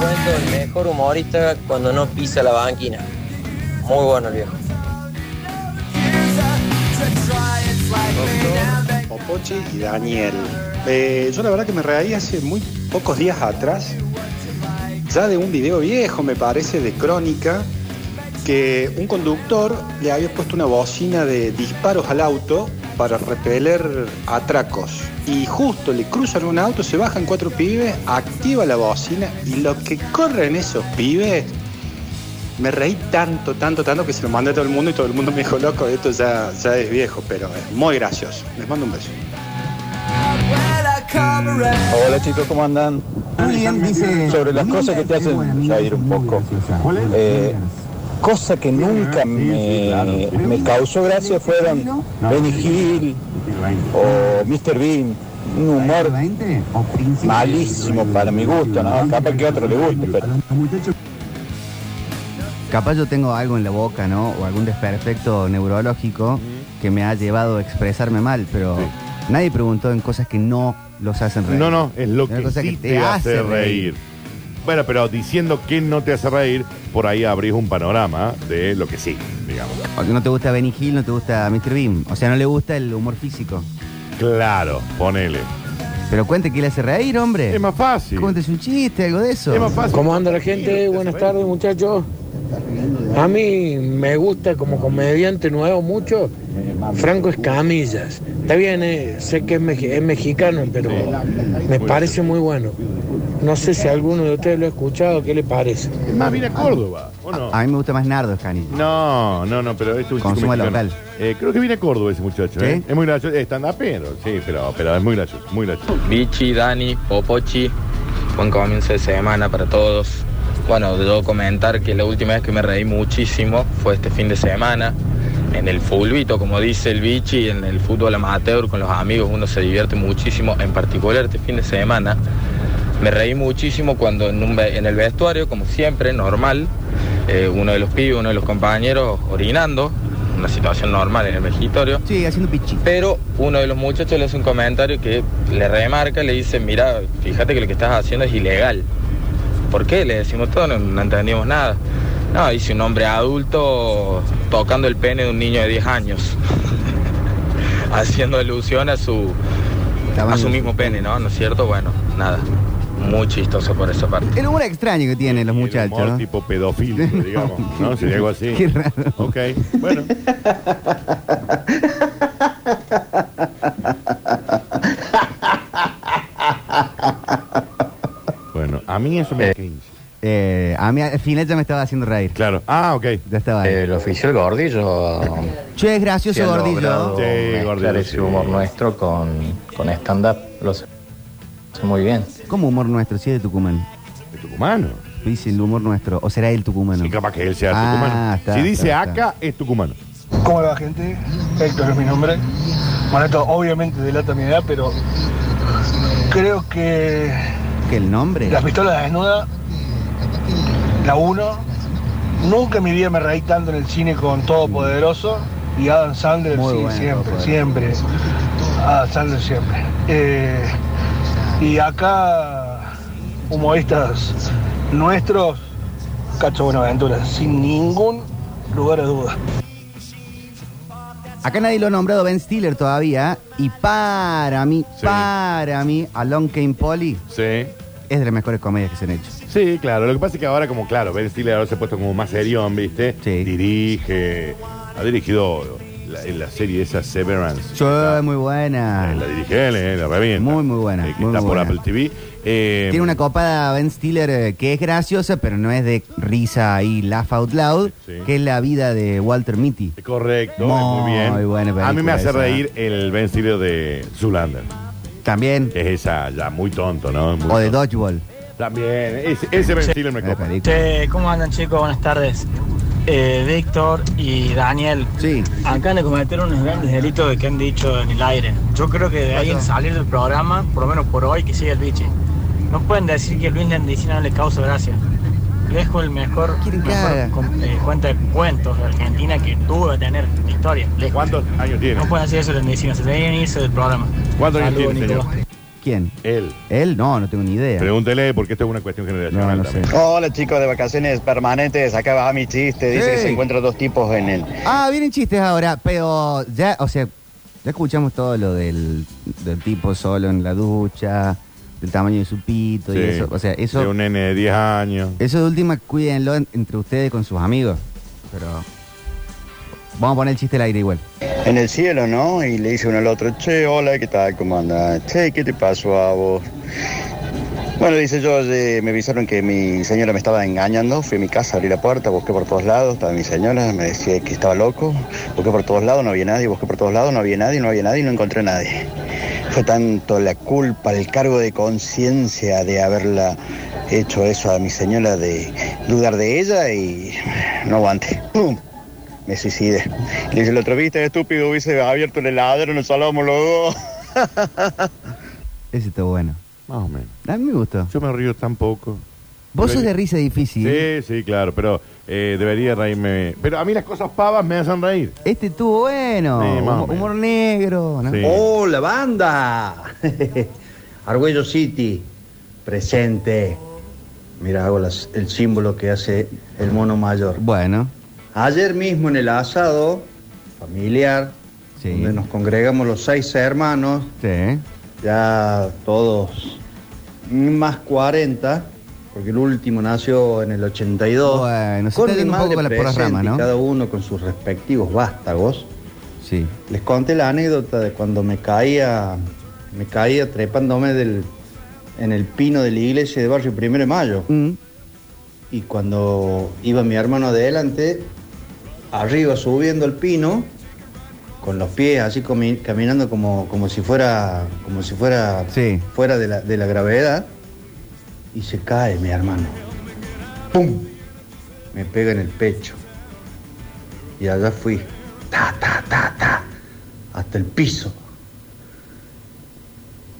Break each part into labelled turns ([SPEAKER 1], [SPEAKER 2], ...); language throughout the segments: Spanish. [SPEAKER 1] cuento, el mejor humorista cuando no pisa la banquina. Muy bueno el viejo.
[SPEAKER 2] Doctor, Popochi y Daniel. Eh, yo la verdad que me reí hace muy pocos días atrás, ya de un video viejo me parece, de crónica, que un conductor le había puesto una bocina de disparos al auto para repeler atracos. Y justo le cruzan un auto, se bajan cuatro pibes, activa la bocina y lo que corren esos pibes, me reí tanto, tanto, tanto que se lo mandé a todo el mundo y todo el mundo me dijo, loco, esto ya, ya es viejo, pero es muy gracioso. Les mando un beso.
[SPEAKER 3] Hola chicos, ¿cómo andan? Sobre las cosas que te hacen reír un poco. Eh, cosa que nunca me, me causó gracia fueron Benny Hill o Mr. Bean. Un humor malísimo para mi gusto, ¿no? Capaz que a otro le guste, pero...
[SPEAKER 4] Capaz yo tengo algo en la boca, ¿no? O algún desperfecto neurológico que me ha llevado a expresarme mal, pero nadie preguntó en cosas que no los hacen reír.
[SPEAKER 5] No, no, es lo
[SPEAKER 4] Una
[SPEAKER 5] que,
[SPEAKER 4] cosa que
[SPEAKER 5] sí
[SPEAKER 4] te
[SPEAKER 5] te hace
[SPEAKER 4] hace
[SPEAKER 5] reír. Bueno, pero diciendo que no te hace reír, por ahí abrís un panorama de lo que sí, digamos.
[SPEAKER 4] Porque no te gusta Benny Hill, no te gusta Mr. Bean. O sea, no le gusta el humor físico.
[SPEAKER 5] Claro, ponele.
[SPEAKER 4] Eh, Pero cuente que le hace reír, hombre.
[SPEAKER 5] Es más fácil.
[SPEAKER 4] Cuéntese un chiste, algo de eso.
[SPEAKER 5] Es más fácil.
[SPEAKER 6] ¿Cómo anda la gente?
[SPEAKER 5] Sí,
[SPEAKER 6] Buenas
[SPEAKER 5] te hace
[SPEAKER 6] tardes, muchachos. A mí me gusta como comediante nuevo mucho Franco Escamillas. Está bien, eh, sé que es, meji- es mexicano, pero me parece muy bueno. No sé si alguno de ustedes lo ha escuchado, ¿qué le parece?
[SPEAKER 5] reír. Es más,
[SPEAKER 4] Ah,
[SPEAKER 5] viene a Córdoba, ¿o no?
[SPEAKER 4] A mí me gusta más Nardo, Cani.
[SPEAKER 5] No, no, no, pero es un chico
[SPEAKER 4] Consuma
[SPEAKER 5] mexicano.
[SPEAKER 4] local.
[SPEAKER 5] Eh, creo que viene a Córdoba ese muchacho, ¿eh?
[SPEAKER 4] ¿Sí?
[SPEAKER 5] Es muy gracioso. Es pero sí, pero, pero es muy gracioso, muy gracioso.
[SPEAKER 7] Bichi, Dani, Popochi, buen comienzo de semana para todos. Bueno, debo comentar que la última vez que me reí muchísimo fue este fin de semana en el fulbito, como dice el Bichi, en el fútbol amateur con los amigos uno se divierte muchísimo, en particular este fin de semana. Me reí muchísimo cuando en, un ve- en el vestuario, como siempre, normal, eh, uno de los pibes, uno de los compañeros orinando, una situación normal en el vestitorio.
[SPEAKER 4] Sí, haciendo pichi.
[SPEAKER 7] Pero uno de los muchachos le hace un comentario que le remarca, le dice, mira, fíjate que lo que estás haciendo es ilegal. ¿Por qué? Le decimos todo, no, no entendimos nada. No, dice un hombre adulto tocando el pene de un niño de 10 años, haciendo alusión a su, a su mismo pene, ¿no? ¿No es cierto? Bueno, nada, muy chistoso por esa parte.
[SPEAKER 4] El humor extraño que tienen los
[SPEAKER 5] El
[SPEAKER 4] muchachos,
[SPEAKER 5] humor
[SPEAKER 4] ¿no?
[SPEAKER 5] tipo pedófilo, digamos, ¿no? Sería algo así.
[SPEAKER 4] Qué raro.
[SPEAKER 5] Ok, bueno. bueno, a mí eso me...
[SPEAKER 4] Eh, a mí al final ya me estaba haciendo reír.
[SPEAKER 5] Claro. Ah, ok.
[SPEAKER 4] Ya estaba ahí.
[SPEAKER 8] El oficial Gordillo
[SPEAKER 4] Che, es
[SPEAKER 8] se
[SPEAKER 4] gracioso,
[SPEAKER 8] ha
[SPEAKER 4] gordillo.
[SPEAKER 8] logrado
[SPEAKER 5] Sí,
[SPEAKER 8] mezclar
[SPEAKER 5] Gordillo,
[SPEAKER 8] ese
[SPEAKER 5] sí.
[SPEAKER 8] humor nuestro con, con stand-up. Lo hace muy bien.
[SPEAKER 4] ¿Cómo humor nuestro? Sí, de Tucumán.
[SPEAKER 5] ¿De tucumano?
[SPEAKER 4] Dice el humor nuestro. ¿O será el tucumano?
[SPEAKER 5] Sí, capaz que él sea
[SPEAKER 4] Ah,
[SPEAKER 5] tucumano.
[SPEAKER 4] está,
[SPEAKER 5] si dice
[SPEAKER 4] está, está.
[SPEAKER 5] acá, es tucumano.
[SPEAKER 9] ¿Cómo va gente? Héctor es mi nombre. Bueno, esto obviamente delata mi edad, pero creo que
[SPEAKER 4] ¿Que el nombre?
[SPEAKER 9] las pistolas desnudas, la 1, nunca en mi vida me reí tanto en el cine con Todopoderoso y Adam Sandler,
[SPEAKER 4] Muy
[SPEAKER 9] sí,
[SPEAKER 4] bueno,
[SPEAKER 9] siempre,
[SPEAKER 4] pues.
[SPEAKER 9] siempre.
[SPEAKER 4] Todopoderoso.
[SPEAKER 9] Adam Sandler siempre. Eh, y acá, humoristas nuestros, Cacho Buenaventura, sin ningún lugar a dudas.
[SPEAKER 4] Acá nadie lo ha nombrado Ben Stiller todavía. Y para mí,
[SPEAKER 5] Sí.
[SPEAKER 4] para mí, Alone Came Polly
[SPEAKER 5] Sí.
[SPEAKER 4] es de las mejores comedias que se han hecho.
[SPEAKER 5] Sí, claro. Lo que pasa es que ahora, como claro, Ben Stiller ahora se ha puesto como más serión, ¿viste?
[SPEAKER 4] Sí.
[SPEAKER 5] Dirige. Ha dirigido la, la serie esa Severance.
[SPEAKER 4] Yo,
[SPEAKER 5] Está-
[SPEAKER 4] muy buena.
[SPEAKER 5] Eh, La dirige él, eh, la revienta.
[SPEAKER 4] Muy, muy buena,
[SPEAKER 5] Eh, que
[SPEAKER 4] muy,
[SPEAKER 5] está
[SPEAKER 4] muy
[SPEAKER 5] por
[SPEAKER 4] buena.
[SPEAKER 5] Apple TV. Eh,
[SPEAKER 4] Tiene una copada Ben Stiller eh, que es graciosa, pero no es de risa y laugh out loud,
[SPEAKER 5] Sí.
[SPEAKER 4] que es la vida de Walter Mitty.
[SPEAKER 5] Correcto, eh,
[SPEAKER 4] Muy
[SPEAKER 5] muy bien.
[SPEAKER 4] buena película
[SPEAKER 5] A mí me hace
[SPEAKER 4] esa.
[SPEAKER 5] reír el Ben Stiller de Zulander.
[SPEAKER 4] También.
[SPEAKER 5] Es esa, ya muy tonto, ¿no? Muy
[SPEAKER 4] O de
[SPEAKER 5] tonto.
[SPEAKER 4] Dodgeball.
[SPEAKER 5] También, ese, ese Ben Stiller me
[SPEAKER 4] Buena
[SPEAKER 5] copa.
[SPEAKER 4] película.
[SPEAKER 6] ¿Cómo andan chicos? Buenas tardes. Eh, Víctor y Daniel,
[SPEAKER 4] Sí.
[SPEAKER 6] Acaban de cometer unos grandes delitos de que han dicho en el aire. Yo creo que de ahí en salir del programa, por lo menos por hoy, que sigue el biche. No pueden decir que Luis Landicina no les causa gracia. Lejos el mejor,
[SPEAKER 4] ¿Quién caga?
[SPEAKER 6] mejor con- eh, cuenta de cuentos de Argentina que tuvo de tener historia. Lejos.
[SPEAKER 5] ¿Cuántos años tiene?
[SPEAKER 6] No pueden hacer eso Landicina, se deben irse del programa.
[SPEAKER 5] ¿Cuántos años
[SPEAKER 6] Saludos,
[SPEAKER 5] tiene,
[SPEAKER 6] Nicolás.
[SPEAKER 5] señor?
[SPEAKER 4] quién?
[SPEAKER 5] Él.
[SPEAKER 4] Él, no, no tengo ni idea.
[SPEAKER 5] Pregúntele, porque esto es una cuestión generacional
[SPEAKER 4] No, no sé.
[SPEAKER 5] también.
[SPEAKER 10] Hola chicos de vacaciones permanentes, acá va mi chiste, dice que
[SPEAKER 4] Hey.
[SPEAKER 10] se encuentran dos tipos en el...
[SPEAKER 4] Ah, vienen chistes ahora, pero ya, o sea, ya escuchamos todo lo del, del tipo solo en la ducha, del tamaño de su pito y
[SPEAKER 5] Sí.
[SPEAKER 4] eso. O sea,
[SPEAKER 5] De
[SPEAKER 4] eso,
[SPEAKER 5] un nene de 10 años.
[SPEAKER 4] eso de última, cuídenlo en- entre ustedes con sus amigos. Pero vamos a poner el chiste al aire igual.
[SPEAKER 10] En el cielo, ¿no? Y le dice uno al otro, che, hola, ¿qué tal? ¿Cómo andás? Che, ¿qué te pasó a vos? Bueno, dice yo, eh, me avisaron que mi señora me estaba engañando, fui a mi casa, abrí la puerta, busqué por todos lados, estaba mi señora, me decía que estaba loco, busqué por todos lados, no había nadie, busqué por todos lados, no había nadie, no había nadie, no encontré a nadie. Fue tanto la culpa, el cargo de conciencia de haberla hecho eso a mi señora, de dudar de ella y no aguante. ¡Pum! me suicide. Le dice el otro, viste, estúpido, hubiese abierto el heladero, nos salvamos los dos.
[SPEAKER 4] Ese está bueno.
[SPEAKER 5] Más o menos.
[SPEAKER 4] A mí me gustó.
[SPEAKER 5] Yo me río tampoco.
[SPEAKER 4] Vos sos de risa difícil.
[SPEAKER 5] Sí, sí, claro, pero eh, debería reírme. Pero a mí las cosas pavas me hacen reír.
[SPEAKER 4] Este estuvo bueno.
[SPEAKER 5] Sí, más o
[SPEAKER 4] humor, humor negro. ¿no?
[SPEAKER 5] Sí.
[SPEAKER 11] ¡Hola, banda! Argüello City, presente. Mira, hago las- el símbolo que hace el mono mayor.
[SPEAKER 4] Bueno,
[SPEAKER 11] Ayer mismo en el asado familiar,
[SPEAKER 4] Sí.
[SPEAKER 11] donde nos congregamos los seis hermanos,
[SPEAKER 4] sí.
[SPEAKER 11] ya todos más 40, porque el último nació en el 82.
[SPEAKER 4] Bueno, se
[SPEAKER 11] con
[SPEAKER 4] está
[SPEAKER 11] mi
[SPEAKER 4] yendo un
[SPEAKER 11] madre
[SPEAKER 4] poco por la- por las
[SPEAKER 11] presente,
[SPEAKER 4] ramas, ¿no?
[SPEAKER 11] cada uno con sus respectivos vástagos.
[SPEAKER 4] Sí.
[SPEAKER 11] Les conté la anécdota de cuando me caía, me caía trepándome del, en el pino de la iglesia de barrio Primero de Mayo.
[SPEAKER 4] Mm.
[SPEAKER 11] Y cuando iba mi hermano adelante, arriba subiendo el pino, con los pies así comi- caminando como, como si fuera, como si fuera
[SPEAKER 4] Sí.
[SPEAKER 11] fuera de la, de la gravedad, y se cae mi hermano. ¡Pum! Me pega en el pecho. Y allá fui. Ta, ta, ta, ta. Hasta el piso.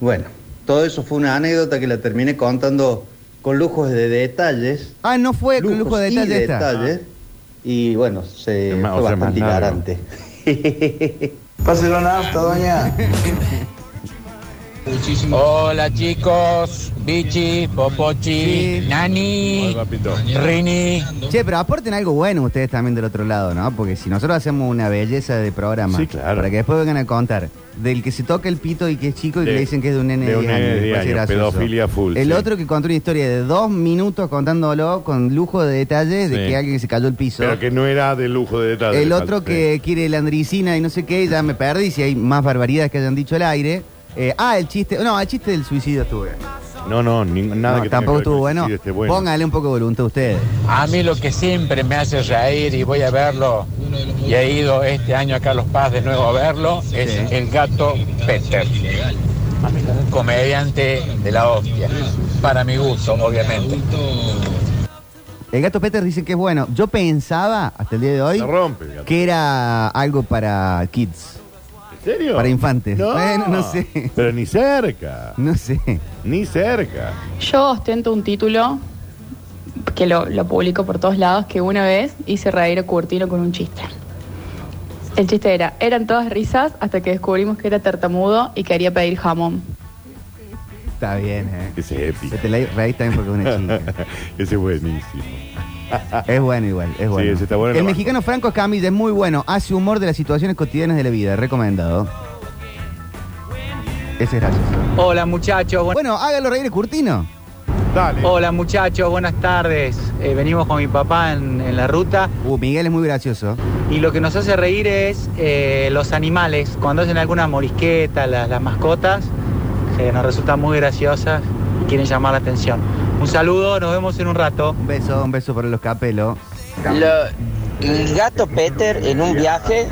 [SPEAKER 11] Bueno, todo eso fue una anécdota que la terminé contando con lujos de detalles.
[SPEAKER 4] Ah, no fue con lujo de
[SPEAKER 11] y
[SPEAKER 4] detalle esta.
[SPEAKER 11] detalles. Y bueno, se
[SPEAKER 5] Es más,
[SPEAKER 11] fue
[SPEAKER 5] o sea, más
[SPEAKER 11] bastante
[SPEAKER 5] largo.
[SPEAKER 11] hilarante.
[SPEAKER 9] Páselo nafta, doña.
[SPEAKER 7] Hola chicos, Bichi, Popochi,
[SPEAKER 4] Sí.
[SPEAKER 5] Ay,
[SPEAKER 7] Nani,
[SPEAKER 5] papito.
[SPEAKER 7] Rini.
[SPEAKER 4] Ah. Che, pero aporten algo bueno ustedes también del otro lado, ¿no? Porque si nosotros hacemos una belleza de programa,
[SPEAKER 5] Sí, claro.
[SPEAKER 4] para que después vengan a contar, del que se toca el pito y que es chico y que
[SPEAKER 5] De-
[SPEAKER 4] le dicen que es de un nene
[SPEAKER 5] de
[SPEAKER 4] de
[SPEAKER 5] un
[SPEAKER 4] 10
[SPEAKER 5] nene de
[SPEAKER 4] años,
[SPEAKER 5] 10
[SPEAKER 4] parece
[SPEAKER 5] años,
[SPEAKER 4] gracioso.
[SPEAKER 5] pedofilia full,
[SPEAKER 4] El
[SPEAKER 5] sí.
[SPEAKER 4] otro que contó una historia de dos minutos contándolo con lujo de detalle de
[SPEAKER 5] Sí.
[SPEAKER 4] que alguien se cayó el piso.
[SPEAKER 5] Pero que no era de lujo de detalle.
[SPEAKER 4] el otro que quiere landricina y no sé qué, ya me perdí si hay más barbaridades que hayan dicho al aire. Eh, ah, el chiste, no, el chiste del suicidio estuvo bien.
[SPEAKER 5] No, no, ni- nada
[SPEAKER 4] No,
[SPEAKER 5] que tenga que
[SPEAKER 4] tampoco
[SPEAKER 5] ver con
[SPEAKER 4] estuvo
[SPEAKER 5] el
[SPEAKER 4] bueno.
[SPEAKER 5] suicidio esté bueno.
[SPEAKER 4] Póngale un poco de voluntad a ustedes.
[SPEAKER 7] A mí lo que siempre me hace reír y voy a verlo, y he ido este año a Carlos Paz de nuevo a verlo, es
[SPEAKER 4] Sí.
[SPEAKER 7] el gato Peter. Un comediante de la hostia. Para mi gusto, obviamente.
[SPEAKER 4] El gato Peter dice que es bueno. Yo pensaba, hasta el día de hoy,
[SPEAKER 5] La rompe, el gato.
[SPEAKER 4] que era algo para kids.
[SPEAKER 5] ¿En serio?
[SPEAKER 4] Para infantes.
[SPEAKER 5] No,
[SPEAKER 4] Bueno, no sé.
[SPEAKER 5] Pero ni cerca.
[SPEAKER 4] No sé.
[SPEAKER 5] Ni cerca.
[SPEAKER 12] Yo ostento un título que lo, lo publico por todos lados, que una vez hice reír a Curtino con un chiste. El chiste era, eran todas risas hasta que descubrimos que era tartamudo y quería pedir jamón.
[SPEAKER 4] Está bien, eh.
[SPEAKER 5] Ese es épico.
[SPEAKER 4] Se te la reís también porque es una chica.
[SPEAKER 5] ese es buenísimo.
[SPEAKER 4] Es bueno igual, es bueno.
[SPEAKER 5] ese está bueno,
[SPEAKER 4] El
[SPEAKER 5] lo
[SPEAKER 4] mexicano Franco Escamilla es muy bueno. Hace humor de las situaciones cotidianas de la vida. Recomendado. Ese es gracioso.
[SPEAKER 13] Hola muchachos, bu-
[SPEAKER 4] Bueno, hágalo reír Curtino.
[SPEAKER 5] Dale.
[SPEAKER 13] hola muchachos, buenas tardes. Eh, venimos con mi papá en, en la ruta
[SPEAKER 4] Uh, Miguel es muy gracioso.
[SPEAKER 13] y lo que nos hace reír es eh, los animales. Cuando hacen alguna morisqueta, las, las mascotas, que nos resultan muy graciosas y quieren llamar la atención. Un saludo, nos vemos en un rato.
[SPEAKER 4] Un beso, un beso para los capelos.
[SPEAKER 1] Lo- el gato Peter en un viaje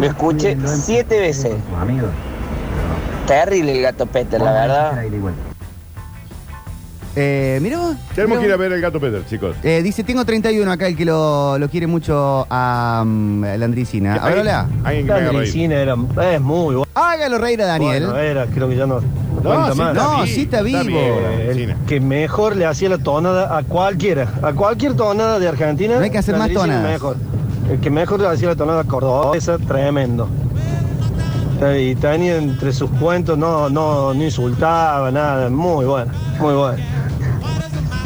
[SPEAKER 1] lo escuché siete veces. Terrible el gato Peter, la verdad.
[SPEAKER 4] Eh, mirá vos.
[SPEAKER 5] Tenemos
[SPEAKER 4] mirá
[SPEAKER 5] que ir
[SPEAKER 4] vos.
[SPEAKER 5] a ver el gato Peter, chicos.
[SPEAKER 4] Eh, dice, tengo 31 acá, el que lo, lo quiere mucho a mm, a la Andricina. A ver, hola.
[SPEAKER 5] Alguien que me haga reír.
[SPEAKER 9] es muy bueno.
[SPEAKER 4] Hágalo reír a Daniel.
[SPEAKER 11] ¿Eh?
[SPEAKER 9] era, creo que ya no.
[SPEAKER 5] No, sí,
[SPEAKER 4] No,
[SPEAKER 5] vi-
[SPEAKER 4] sí está vivo.
[SPEAKER 5] bien,
[SPEAKER 9] El
[SPEAKER 5] Cina.
[SPEAKER 9] que mejor le hacía la tonada a cualquiera, a cualquier tonada de Argentina.
[SPEAKER 4] No hay que hacer más
[SPEAKER 9] Landricina
[SPEAKER 4] tonadas.
[SPEAKER 9] Mejor. El que mejor le hacía la tonada a Córdoba, tremendo.
[SPEAKER 14] Y tenía entre sus cuentos, no, no, no insultaba, nada, muy bueno, muy bueno.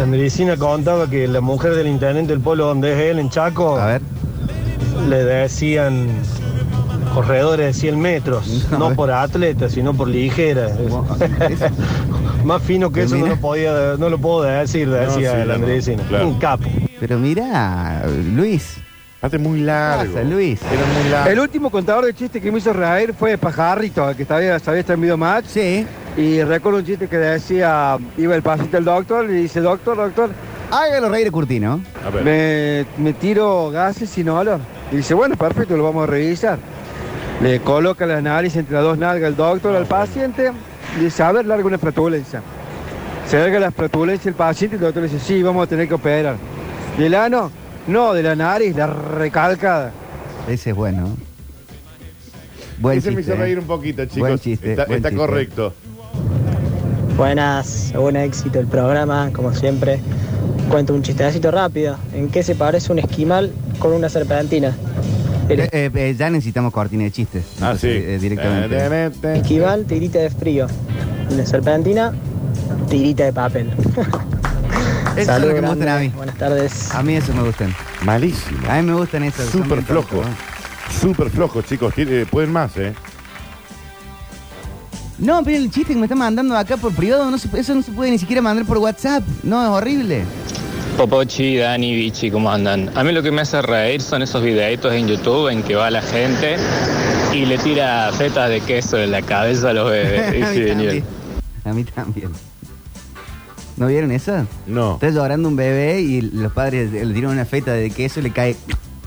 [SPEAKER 14] Andricina contaba que la mujer del intendente del pueblo donde es él, en Chaco,
[SPEAKER 5] eh.
[SPEAKER 14] le decían corredores de 100 metros,
[SPEAKER 4] No, a
[SPEAKER 14] no,
[SPEAKER 4] ver.
[SPEAKER 14] por atleta, sino por ligera. Más fino que eso no
[SPEAKER 4] Mira.
[SPEAKER 14] lo, podía, no lo puedo decir, decía
[SPEAKER 4] sí,
[SPEAKER 14] la
[SPEAKER 4] no,
[SPEAKER 14] Andricina.
[SPEAKER 4] claro.
[SPEAKER 14] Un capo.
[SPEAKER 4] Pero mira, Luis.
[SPEAKER 5] Hace muy largo.
[SPEAKER 4] Pasa, Luis.
[SPEAKER 15] El último contador de chistes que me hizo reír fue Pajarrito, el que sabía, sabía estar en Videomatch.
[SPEAKER 4] Sí.
[SPEAKER 15] Y recuerdo un chiste que decía, iba el pasito del doctor y dice, doctor, doctor,
[SPEAKER 4] hágalo reír Curtino.
[SPEAKER 5] A
[SPEAKER 4] ver.
[SPEAKER 15] Me, me tiro gases sin olor. Y dice, bueno, perfecto, lo vamos a revisar. Le coloca la nariz entre las dos nalgas el doctor al paciente. Dice, a ver, larga una flatulencia. Se larga la flatulencia el paciente y el doctor le dice, sí, vamos a tener que operar. ¿Del ano? No, de la nariz, la recalcada.
[SPEAKER 4] Ese es bueno. Buen
[SPEAKER 5] Ese me hizo
[SPEAKER 4] chiste, ¿eh?
[SPEAKER 5] reír un poquito, chicos.
[SPEAKER 4] Buen chiste,
[SPEAKER 5] está
[SPEAKER 4] buen
[SPEAKER 5] está
[SPEAKER 4] chiste.
[SPEAKER 5] correcto.
[SPEAKER 16] Buenas, buen éxito el programa, como siempre. Cuento un chistecito rápido. ¿En qué se parece un esquimal con una serpentina?
[SPEAKER 4] Eh, eh, eh, ya necesitamos cortina de chistes.
[SPEAKER 5] Ah, sí.
[SPEAKER 4] Entonces, eh, directamente.
[SPEAKER 16] Esquimal, tirita de frío. La serpentina, tirita de papel.
[SPEAKER 4] Eso es lo
[SPEAKER 16] Saludos
[SPEAKER 4] que me gustan a
[SPEAKER 16] grandes,
[SPEAKER 4] mí.
[SPEAKER 16] Buenas tardes.
[SPEAKER 4] A mí eso me gustan.
[SPEAKER 5] Malísimo.
[SPEAKER 4] A mí me gustan esos. son
[SPEAKER 5] Súper
[SPEAKER 4] bien
[SPEAKER 5] flojo.
[SPEAKER 4] tontos,
[SPEAKER 5] Súper flojo, chicos. Tiene- pueden más, ¿eh?
[SPEAKER 4] ¿no? No, pero el chiste que me está mandando acá por privado, no se- eso no se puede ni siquiera mandar por WhatsApp. No, es horrible.
[SPEAKER 17] Popochi, Dani, Vichy, ¿cómo andan? A mí lo que me hace reír son esos videitos en YouTube en que va la gente y le tira fetas de queso en la cabeza a los
[SPEAKER 5] Eh,
[SPEAKER 17] bebés.
[SPEAKER 4] A mí
[SPEAKER 17] Dice Daniel.
[SPEAKER 4] también. A mí también. ¿No vieron eso?
[SPEAKER 5] No.
[SPEAKER 4] Está llorando un bebé y los padres le tiran una feta de queso y le cae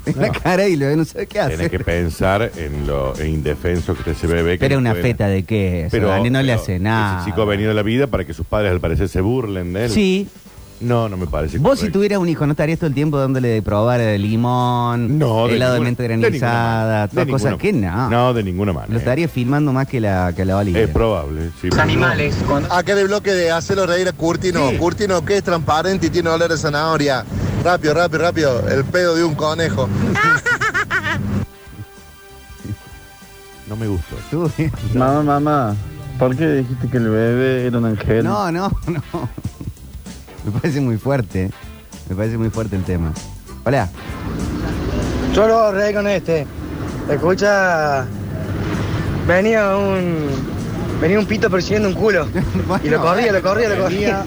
[SPEAKER 4] en la cara y el bebé no sabe qué hace.
[SPEAKER 5] Tienes que pensar en lo en indefenso que está ese bebé. que
[SPEAKER 4] Pero
[SPEAKER 5] no
[SPEAKER 4] una
[SPEAKER 5] puede-
[SPEAKER 4] feta de queso,
[SPEAKER 5] Pero-
[SPEAKER 4] Dani, no le
[SPEAKER 5] pero
[SPEAKER 4] hace nada.
[SPEAKER 5] Ese chico ha venido a la vida para que sus padres, al parecer, se burlen de él.
[SPEAKER 4] Sí.
[SPEAKER 5] No, no me parece.
[SPEAKER 4] Vos si
[SPEAKER 5] correcto.
[SPEAKER 4] tuvieras un hijo, ¿no estarías todo el tiempo dándole de probar eh, limón,
[SPEAKER 5] No, de
[SPEAKER 4] helado de,
[SPEAKER 5] ninguna-
[SPEAKER 4] menta
[SPEAKER 5] de ninguna
[SPEAKER 4] granizada,
[SPEAKER 5] manera.
[SPEAKER 4] todas
[SPEAKER 5] De
[SPEAKER 4] cosas
[SPEAKER 5] ninguna-
[SPEAKER 4] que no?
[SPEAKER 5] No, de ninguna manera.
[SPEAKER 4] Lo estarías filmando más que la, que la Olivia.
[SPEAKER 5] Es probable, sí. pero
[SPEAKER 18] Acá en el bloque de hacerlo reír a Curtino. Curtino que es transparente y tiene olor de zanahoria. Rápido, rápido, rápido. El pedo de un conejo.
[SPEAKER 5] No me gustó.
[SPEAKER 19] Mamá, mamá, ¿por qué dijiste que el bebé era un ángel?
[SPEAKER 4] No, no, no. Me parece muy fuerte. eh. Me parece muy fuerte el tema. Hola.
[SPEAKER 20] Yo lo reí con este. Escucha. Venía un. Venía un pito persiguiendo un culo. y lo corría, lo corría, lo corría.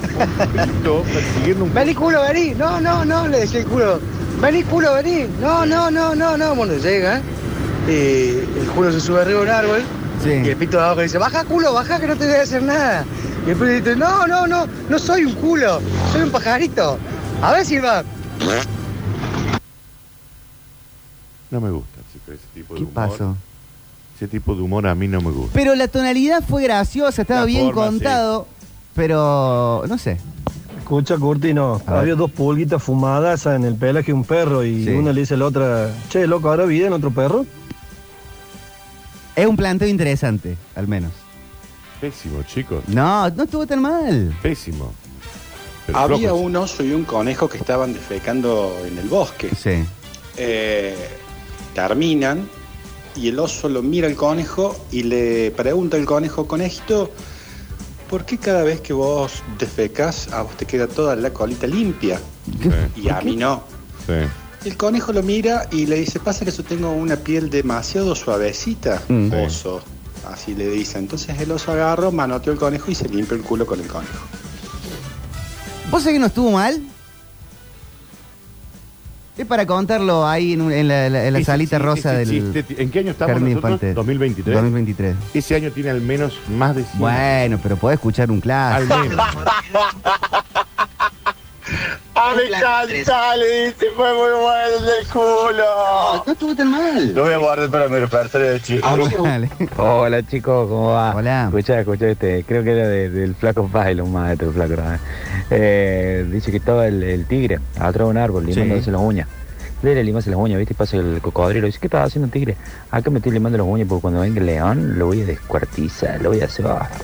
[SPEAKER 5] Pito persiguiendo un
[SPEAKER 20] Vení culo, vení. No, no, no, le decía el culo. Vení culo, vení. No, no, no, no, no. Bueno, llega. Y el culo se sube arriba de un árbol. Y el pito de abajo le dice, baja culo, baja que no te voy a hacer nada. Y el pito dice, no, no, no, no soy un culo, soy un pajarito. A ver si va.
[SPEAKER 5] No me gusta, chicos, ese tipo de
[SPEAKER 4] ¿Qué
[SPEAKER 5] humor.
[SPEAKER 4] pasó?
[SPEAKER 5] Ese tipo de humor a mí no me gusta.
[SPEAKER 4] Pero la tonalidad fue graciosa, estaba
[SPEAKER 5] La
[SPEAKER 4] bien
[SPEAKER 5] forma,
[SPEAKER 4] contado, pero no sé.
[SPEAKER 14] Escucha, Curtino, había dos pulguitas fumadas en el pelaje de un perro y una le dice a la otra, che, loco, ¿ahora vida en otro perro?
[SPEAKER 4] Es un planteo interesante, al menos.
[SPEAKER 5] Pésimo, chicos.
[SPEAKER 4] No, no estuvo tan mal.
[SPEAKER 5] Pésimo. Pero
[SPEAKER 2] Había
[SPEAKER 5] flojos.
[SPEAKER 2] un oso y un conejo que estaban defecando en el bosque.
[SPEAKER 4] Sí.
[SPEAKER 2] Eh, terminan y el oso lo mira al conejo y le pregunta al conejo, conejito, ¿por qué cada vez que vos defecas a vos te queda toda la colita limpia? Y a mí no.
[SPEAKER 5] Sí.
[SPEAKER 2] El conejo lo mira y le dice, pasa que yo tengo una piel demasiado suavecita,
[SPEAKER 5] Mm. Sí.
[SPEAKER 2] oso. Así le dice. Entonces el oso agarró, manoteó el conejo y se limpió el culo con el conejo.
[SPEAKER 4] ¿Vos sabés que no estuvo mal? Es para contarlo ahí en, un- en la, la- en la
[SPEAKER 5] Ese
[SPEAKER 4] salita
[SPEAKER 5] chiste,
[SPEAKER 4] rosa
[SPEAKER 5] ese
[SPEAKER 4] del
[SPEAKER 5] chiste, ti- ¿En qué año estamos
[SPEAKER 4] Jardín
[SPEAKER 5] nosotros?
[SPEAKER 4] Infante.
[SPEAKER 5] 2023.
[SPEAKER 4] 2023.
[SPEAKER 5] Ese año tiene al menos más de 100.
[SPEAKER 4] Bueno, pero podés escuchar un
[SPEAKER 5] Al
[SPEAKER 4] clásico.
[SPEAKER 5] menos.
[SPEAKER 21] A mi canta, le dice, fue muy bueno del culo.
[SPEAKER 4] No estuvo tan mal.
[SPEAKER 21] Lo voy a guardar para mi repertorio de chicos.
[SPEAKER 22] Hola chicos, ¿cómo va? Hola. Escuchá, escuchá este, creo que era de- del flaco Bailon, maestro flaco. ¿eh? Eh, dice que estaba el, el tigre atrás de un árbol limándose las uñas. Le le limarse las uñas, viste, y pasa el cocodrilo. Dice, ¿qué estaba haciendo un tigre? Acá me estoy limando las uñas porque cuando venga el león lo voy a descuartizar, lo voy a hacer. basta".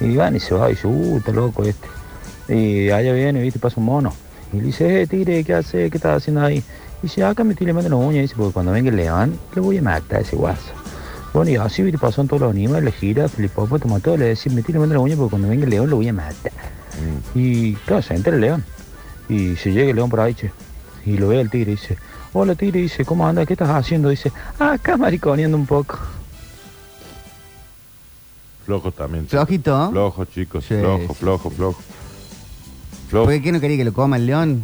[SPEAKER 22] Y van y se va, y dice, uh, está loco este. Y allá viene, viste, pasa un mono. Y le dice, eh, tigre, ¿qué hace? ¿Qué estás "Ah, haciendo ahí? Y dice, acá me estoy limando las uñas, dice, porque cuando venga el león, lo voy a matar a ese guaso. Bueno, y así viste, pasaron todos los animales, jirafas, el hipopótamo, todo. Le decía, metí la mano en la uña porque cuando venga el león lo voy a matar. Y claro, se entra el león. Y se llega el león por ahí, che, y lo ve al tigre y dice, hola tigre, dice, ¿cómo andas? ¿Qué estás haciendo? Dice, "Ah, acá mariconeando un poco.
[SPEAKER 5] Flojo también. chicos.
[SPEAKER 4] Flojito. ¿eh?
[SPEAKER 5] Flojo, chicos.
[SPEAKER 4] Sí,
[SPEAKER 5] flojo,
[SPEAKER 4] sí,
[SPEAKER 5] flojo, flojo.
[SPEAKER 4] ¿Por qué no quería que lo coma el león?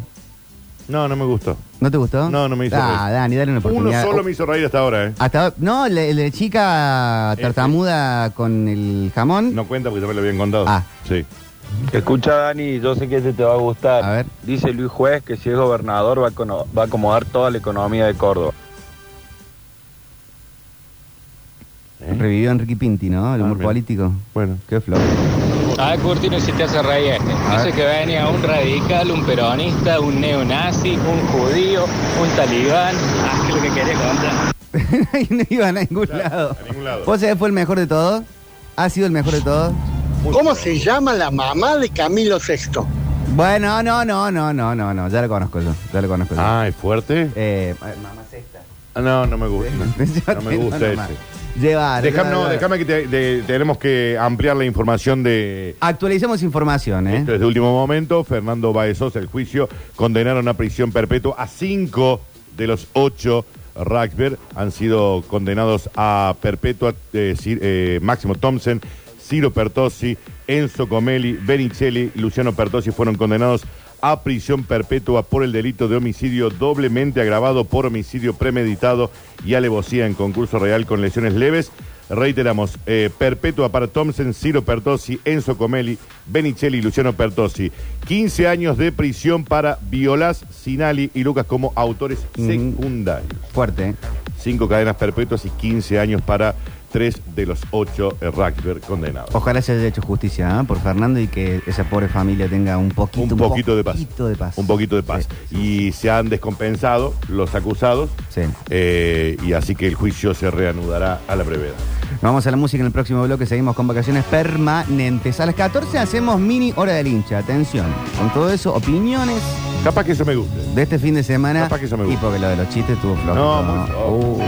[SPEAKER 5] No, no me gustó.
[SPEAKER 4] ¿No te gustó?
[SPEAKER 5] No, no me hizo
[SPEAKER 4] Ah,
[SPEAKER 5] reír.
[SPEAKER 4] Dani, dale una
[SPEAKER 5] Uno
[SPEAKER 4] oportunidad. Oh.
[SPEAKER 5] solo me hizo reír hasta ahora, ¿eh?
[SPEAKER 4] Hasta, no, la, la chica tartamuda con el jamón.
[SPEAKER 5] Este. No cuenta porque ya me lo habían contado. Ah. Sí.
[SPEAKER 3] Escucha, Dani, yo sé que este te va a gustar. Dice Luis Juez que si es gobernador va a, cono- va a acomodar toda la economía de Córdoba.
[SPEAKER 4] ¿Eh? Revivió Enrique Pinti, ¿no? El
[SPEAKER 5] Ah,
[SPEAKER 4] humor político.
[SPEAKER 5] Bueno.
[SPEAKER 4] Qué flojo.
[SPEAKER 17] A ver, Curtino, si te hace reír este. Dice que venía un radical, un peronista, un neonazi, un judío, un talibán. Ah, que lo que querés contar.
[SPEAKER 4] Y no iba a ningún lado. ¿Vos sabés fue el mejor de todos? ¿Ha sido el mejor de todos?
[SPEAKER 8] ¿Cómo se llama la mamá de Camilo VI?
[SPEAKER 4] Bueno, no, no, no, no, no, no. Ya lo conozco yo. Ya lo conozco yo.
[SPEAKER 5] Ah, ¿es fuerte?
[SPEAKER 4] Eh, mamá sexta.
[SPEAKER 5] Ah, No, no me gusta. No me gusta
[SPEAKER 4] No, no,
[SPEAKER 5] ese.
[SPEAKER 4] más. Llevar.
[SPEAKER 5] Déjame,
[SPEAKER 4] llevar,
[SPEAKER 5] no,
[SPEAKER 4] llevar.
[SPEAKER 5] déjame que te- te- tenemos que ampliar la información de...
[SPEAKER 4] Actualicemos información, ¿eh?
[SPEAKER 5] Desde último momento, Fernando Baezos, el juicio, condenaron a prisión perpetua a cinco de los ocho Ragsberg. Han sido condenados a perpetua eh, Cir- eh, Máximo Thompson, Ciro Pertossi, Enzo Comelli, Benicelli y Luciano Pertossi fueron condenados a prisión perpetua por el delito de homicidio doblemente agravado por homicidio premeditado y alevosía en concurso real con lesiones leves. Reiteramos, eh, perpetua para Thompson, Ciro Pertossi, Enzo Comelli, Benicelli y Luciano Pertossi. 15 años de prisión para Violas, Sinali y Lucas como autores secundarios.
[SPEAKER 4] Fuerte.
[SPEAKER 5] Cinco cadenas perpetuas y 15 años para tres de los ocho eh, Ragsberg condenados.
[SPEAKER 4] Ojalá se haya hecho justicia ¿eh? por Fernando y que esa pobre familia tenga un poquito,
[SPEAKER 5] Un poquito de paz.
[SPEAKER 4] poquito de paz.
[SPEAKER 5] Un poquito de paz. Y se han descompensado los acusados. Eh, y así que el juicio se reanudará a la brevedad.
[SPEAKER 4] Nos Vamos a la música en el próximo bloque. Seguimos con vacaciones permanentes. A las 14 hacemos mini hora del hincha. Atención. Con todo eso, opiniones.
[SPEAKER 5] Capaz que eso me guste.
[SPEAKER 4] De este fin de semana.
[SPEAKER 5] Capaz que eso me guste.
[SPEAKER 4] Y porque lo de los chistes estuvo flojo.
[SPEAKER 5] No,
[SPEAKER 4] ¿no? Oh,
[SPEAKER 5] muy flojo.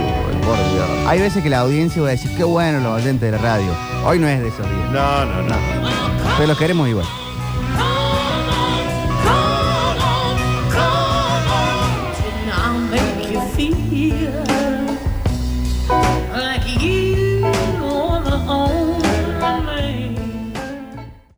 [SPEAKER 4] Hay veces que la audiencia va a decir, qué bueno los oyentes de la radio. Hoy no es de esos días.
[SPEAKER 5] No, no, no.
[SPEAKER 4] Pero los queremos igual.